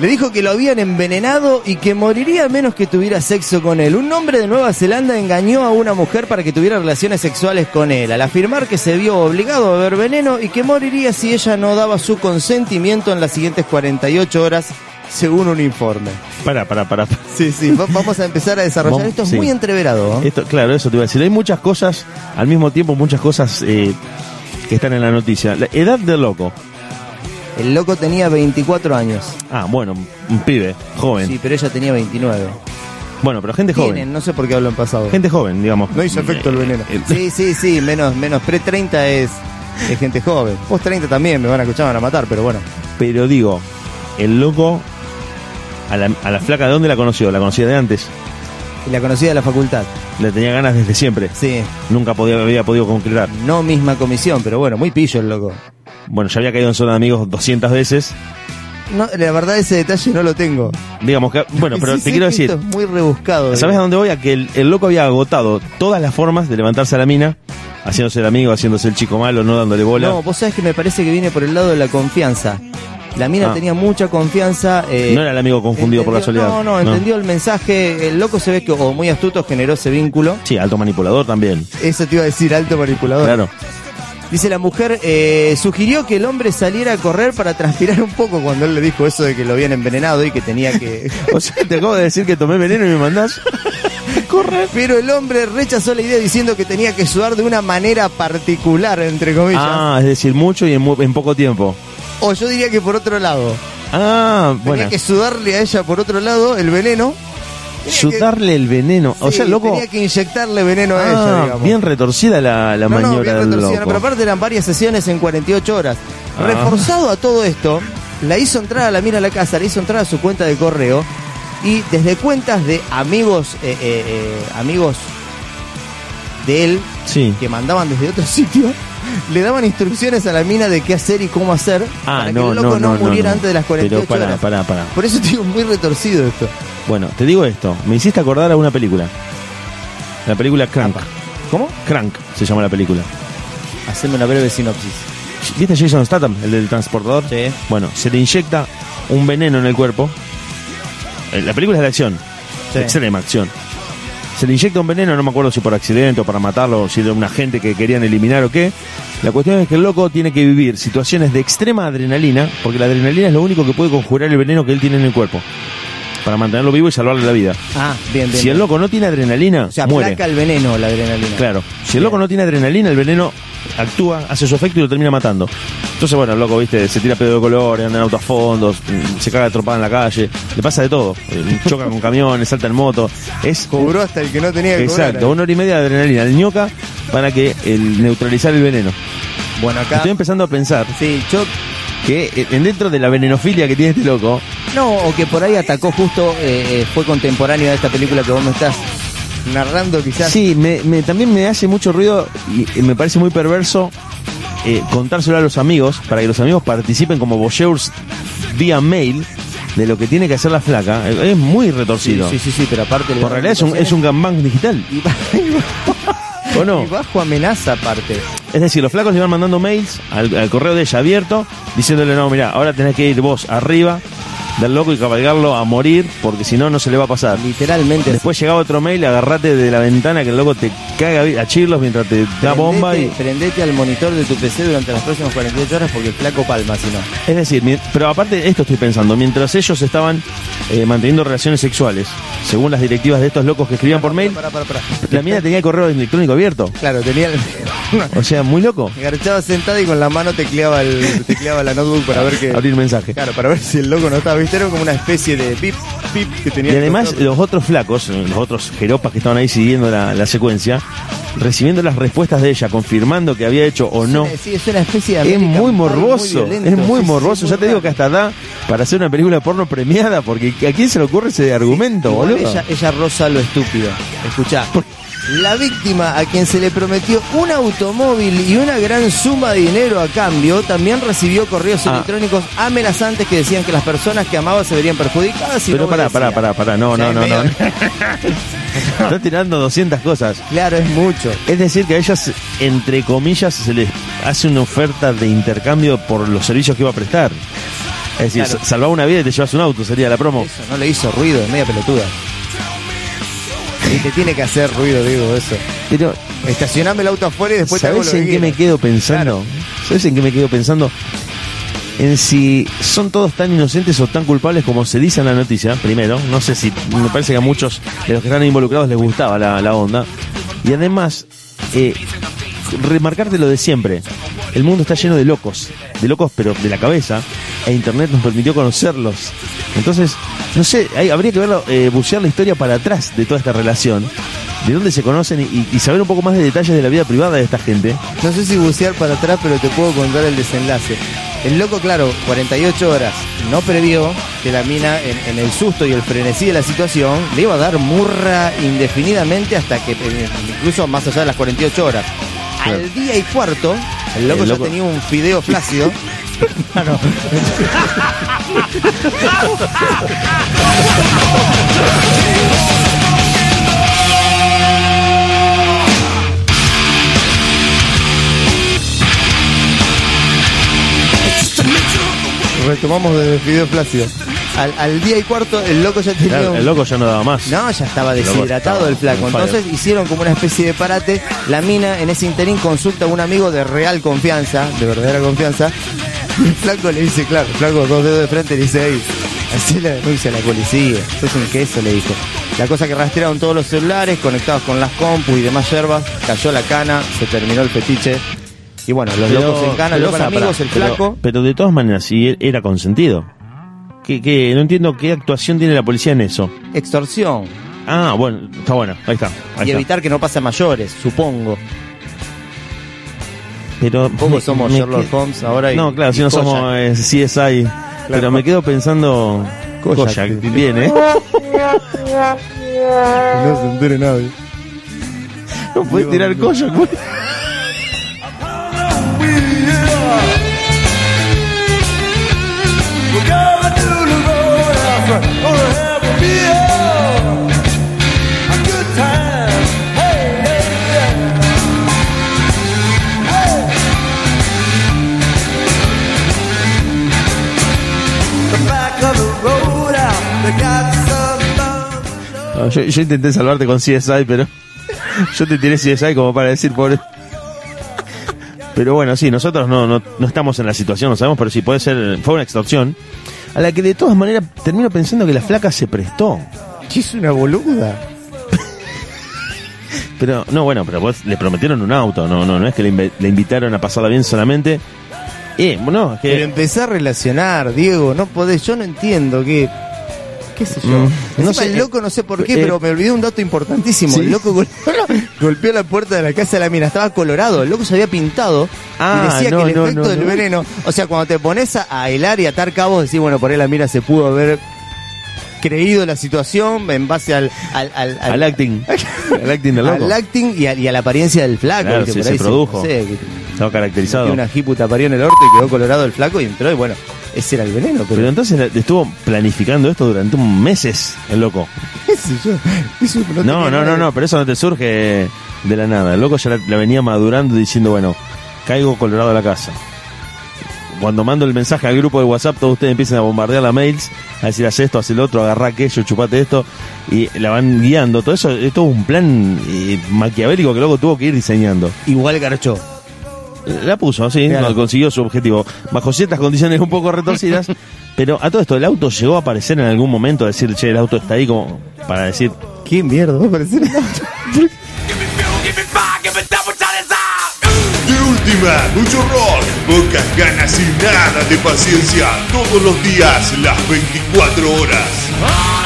Le dijo que lo habían envenenado y que moriría a menos que tuviera sexo con él. Un hombre de Nueva Zelanda engañó a una mujer para que tuviera relaciones sexuales con él, al afirmar que se vio obligado a beber veneno y que moriría si ella no daba su consentimiento en las siguientes 48 horas, según un informe. Para, para, para. Sí, sí, va- vamos a empezar a desarrollar. Vamos, Esto es sí. muy entreverado. ¿eh? Esto, claro, eso te iba a decir. Hay muchas cosas, al mismo tiempo, muchas cosas eh, que están en la noticia. La edad del loco. El loco tenía 24 años. Ah, bueno, un pibe, joven. Sí, pero ella tenía 29. Bueno, pero gente joven. Tienen, no sé por qué hablo en pasado. Gente joven, digamos. Eh, eh, Sí, sí, sí, menos, menos pre-30 es, es gente joven. Vos 30 también me van a escuchar, me van a matar, pero bueno. Pero digo, el loco, a la, a la flaca, ¿de dónde la conoció? La conocía de antes. Y la conocida de la facultad. Le tenía ganas desde siempre. Sí, Nunca podía, había podido concretar. no misma comisión, pero bueno, muy pillo el loco. Bueno, ya había caído en zona de amigos 200 veces. No, la verdad ese detalle no lo tengo. Digamos que, bueno, pero Sí, te sí, quiero esto decir, es muy rebuscado. eh. ¿Sabes a digo. dónde voy? A que el, el loco había agotado todas las formas de levantarse a la mina, haciéndose el amigo, haciéndose el chico malo, no dándole bola. No, vos sabés que me parece que viene por el lado de la confianza. La mina Ah. tenía mucha confianza. eh, No era el amigo confundido por entendió- casualidad. No, no, entendió el mensaje. El loco se ve que, o muy astuto, generó ese vínculo. Sí, alto manipulador también. Eso te iba a decir, alto manipulador. Claro. Dice la mujer, eh, sugirió que el hombre saliera a correr para transpirar un poco cuando él le dijo eso de que lo habían envenenado y que tenía que... O sea, te acabo de decir que tomé veneno y me mandás. correr. Pero el hombre rechazó la idea diciendo que tenía que sudar de una manera particular, entre comillas. Ah, es decir, mucho y en, mu- en poco tiempo. O yo diría que por otro lado. Ah, bueno. Tenía que sudarle a ella por otro lado el veneno. tenía que- Sudarle el veneno. O Sí, sea, el loco. Tenía que inyectarle veneno a ella, Ah, digamos. bien retorcida la, la No, no, maniobra bien del retorcida, no, loco. pero aparte eran varias sesiones en 48 horas. Ah. Reforzado a todo esto, la hizo entrar a la mira a la casa, la hizo entrar a su cuenta de correo y desde cuentas de amigos, eh, eh, eh, amigos de él Sí. que mandaban desde otro sitio, le daban instrucciones a la mina de qué hacer y cómo hacer Ah, para que no, el no, loco no, no, no, muriera no. antes de las 48 Pero pará, horas. pará, pará. Por eso te digo, muy retorcido esto. Bueno, te digo esto, me hiciste acordar a una película. La película Crank. ¿Cómo? Crank se llama la película. Haceme una breve sinopsis. ¿Viste Jason Statham, el del transportador? Sí. Bueno, se le inyecta un veneno en el cuerpo. Eh, La película es de acción, Sí. extrema acción. Se le inyecta un veneno, no me acuerdo si por accidente o para matarlo, o si de una gente que querían eliminar o qué. La cuestión es que el loco tiene que vivir situaciones de extrema adrenalina, porque la adrenalina es lo único que puede conjurar el veneno que él tiene en el cuerpo, para mantenerlo vivo y salvarle la vida. Ah, bien, bien. Si el bien. loco no tiene adrenalina, O sea, muere. placa el veneno la adrenalina. Claro. Si el loco no tiene adrenalina, el veneno actúa, hace su efecto y lo termina matando. Entonces, bueno, el loco, viste, se tira pedo de colores, anda en autos fondos, mm, se caga tropada en la calle, le pasa de todo. Eh, Choca con camiones, salta en moto. Es. Cobró hasta el que no tenía que cobrar. Exacto, una hora y media de adrenalina al ñoca para que el, neutralizar el veneno. Bueno, acá. Estoy empezando a pensar Sí, yo. que eh, dentro de la venenofilia que tiene este loco, No, o que por ahí atacó justo, eh, eh, fue contemporáneo de esta película que vos me estás narrando, quizás. Sí, me, me- también me hace mucho ruido y, y me parece muy perverso eh, contárselo a los amigos para que los amigos participen como voyeurs vía mail de lo que tiene que hacer la flaca. Es es muy sí, retorcido. sí, sí, sí, pero aparte. le Por da realidad es un, es un gangbang digital, Y, ba- y ba- ¿o no? y bajo amenaza, aparte. Es decir, los flacos le van mandando mails al, al correo de ella abierto diciéndole, no, mira, ahora tenés que ir vos arriba del loco y cabalgarlo a morir porque si no, no se le va a pasar. Literalmente. Después llegaba otro mail, agarrate de la ventana que el loco te caga a chirlos mientras te da Prendete- bomba y... Prendete al monitor de tu PC durante las próximas 48 horas porque el flaco palma, si no. Es decir, mi- pero aparte esto estoy pensando, mientras ellos estaban eh, manteniendo relaciones sexuales, según las directivas de estos locos que escribían por mail, Pará, pará, pará. la mina tenía el correo electrónico abierto. Claro, tenía el. O sea, muy loco. Garchaba sentada y con la mano tecleaba, el, tecleaba la notebook para ver qué. Abrir mensaje. Claro, para ver si el loco no estaba, viste, era como una especie de pip, pip que Y tenía. además el doctor. los otros flacos, eh, los otros jeropas que estaban ahí siguiendo la, la secuencia, recibiendo las respuestas de ella, confirmando que había hecho o no. Es una- Sí, es una especie de. Es American muy Pie, morboso, violento. es Sí, muy sí, morboso. muy Ya te digo raro. que hasta da para hacer una película porno premiada, porque ¿a quién se le ocurre ese argumento, Igual boludo? Ella, ella roza lo estúpido. Escuchá. La víctima a quien se le prometió un automóvil y una gran suma de dinero a cambio también recibió correos Ah. electrónicos amenazantes que decían que las personas que amaba se verían perjudicadas. si Pero no pará, obedecían. pará, pará, pará, no, O sea, no, es no, no. medio- Está tirando 200 cosas. Claro, es mucho. Es decir, que a ellas, entre comillas, se les hace una oferta de intercambio por los servicios que iba a prestar. Es decir, Claro. salvar una vida y te llevas un auto, sería la promo. Eso no le hizo ruido, es media pelotuda. Y te tiene que hacer ruido, digo, eso. Pero, Estacioname el auto afuera y después te hago lo ¿sabes que en qué me quieras. quedo pensando? ¿Sabes en qué me quedo pensando? En si son todos tan inocentes o tan culpables como se dice en la noticia, primero. No sé si me parece que a muchos de los que están involucrados les gustaba la, la onda. Y además, eh, remarcarte lo de siempre. El mundo está lleno de locos, de locos pero de la cabeza, e Internet nos permitió conocerlos. Entonces, no sé, hay- habría que verlo, eh, bucear la historia para atrás de toda esta relación, de dónde se conocen y, y saber un poco más de detalles de la vida privada de esta gente. No sé si bucear para atrás, pero te puedo contar el desenlace. El loco, claro, 48 horas, no previó que la mina, en, en el susto y el frenesí de la situación, le iba a dar murra indefinidamente hasta que, eh, incluso más allá de las 48 horas. Claro. Al día y cuarto, el loco, El ya loco- tenía un fideo flácido. Retomamos desde el fideo flácido. Al, al día y cuarto, el loco ya tenía Claro, un... el loco ya no daba más. No, ya estaba El loco deshidratado estaba el flaco. on fire. Entonces hicieron como una especie de parate. La mina en ese interín consulta a un amigo de real confianza, de verdadera confianza. Y el flaco le dice, claro, el flaco con dos dedos de frente le dice, hey, así la denuncia a la policía. Sos un queso, le dijo. La cosa que rastrearon todos los celulares, conectados con las compus y demás yerbas, cayó la cana, se terminó el fetiche. Y bueno, los Pero- locos en cana, pero los pará, pará, amigos, el pero- flaco. Pero, de todas maneras, si e- era consentido. Que, no entiendo qué actuación tiene la policía en eso. Extorsión. Ah, bueno, está bueno, ahí está. ahí Y está. evitar que no pase a mayores, supongo. Pero Poco me- somos me Sherlock que- Holmes ahora y- No, claro, y si no Kojak. somos eh, CSI. Pero me quedo pensando. Kojak. Kojak, bien, ¿eh? No se entere nadie. No puedes tirar Kojak, güey. No, yo, yo intenté salvarte con CSI, pero. Yo te tiré CSI como para decir, pobre. Pero bueno, sí, nosotros no, no, no estamos en la situación, no sabemos, pero sí puede ser. Fue una extorsión. A la que de todas maneras termino pensando que la flaca se prestó. ¿Qué es una boluda? Pero, no, bueno, pero vos le prometieron un auto, no, no, no es que le, inve- le invitaron a pasarla bien solamente. Eh, bueno, es que. Pero empecé a relacionar, Diego, no podés, yo no entiendo que... ¿Qué sé yo? Mm, no Encima sé, el eh, loco no sé por qué, eh, pero me olvidé un dato importantísimo. ¿Sí? El loco gol- golpeó la puerta de la casa de la mina, estaba colorado, el loco se había pintado Ah, y decía que no, el no, efecto no, del no. veneno... O sea, cuando te pones a, a helar y atar cabos, decís, bueno, por ahí la mina se pudo haber creído la situación en base al... al, al- al- al acting. al acting del loco. al acting y a, y a la apariencia del flaco. Claro, ¿viste? sí, Por se ahí produjo. no sé, que- Estaba Metió caracterizado. una jiputa parió en el orto y quedó colorado el flaco y entró y bueno, ese era el veneno, Pero pero entonces la- estuvo planificando esto durante un meses, el loco. qué sé yo. Eso No, tenía no, no, nada no, pero eso no te surge de la nada. El loco ya la, la venía madurando diciendo, bueno, caigo colorado a la casa. Cuando mando el mensaje al grupo de WhatsApp, todos ustedes empiezan a bombardear las mails, a decir, haz esto, haz el otro, agarrá aquello, chupate esto, y la van guiando. Todo eso es todo un plan eh, maquiavélico que el loco tuvo que ir diseñando. de- Igual garchó. La puso, sí, Claro. no, consiguió su objetivo. Bajo ciertas condiciones un poco retorcidas, pero a todo esto, el auto llegó a aparecer en algún momento, a decir, che, el auto está ahí, como para decir, Qué mierda, va a parecer De última, mucho rock, pocas ganas y nada de paciencia. Todos los días, las 24 horas.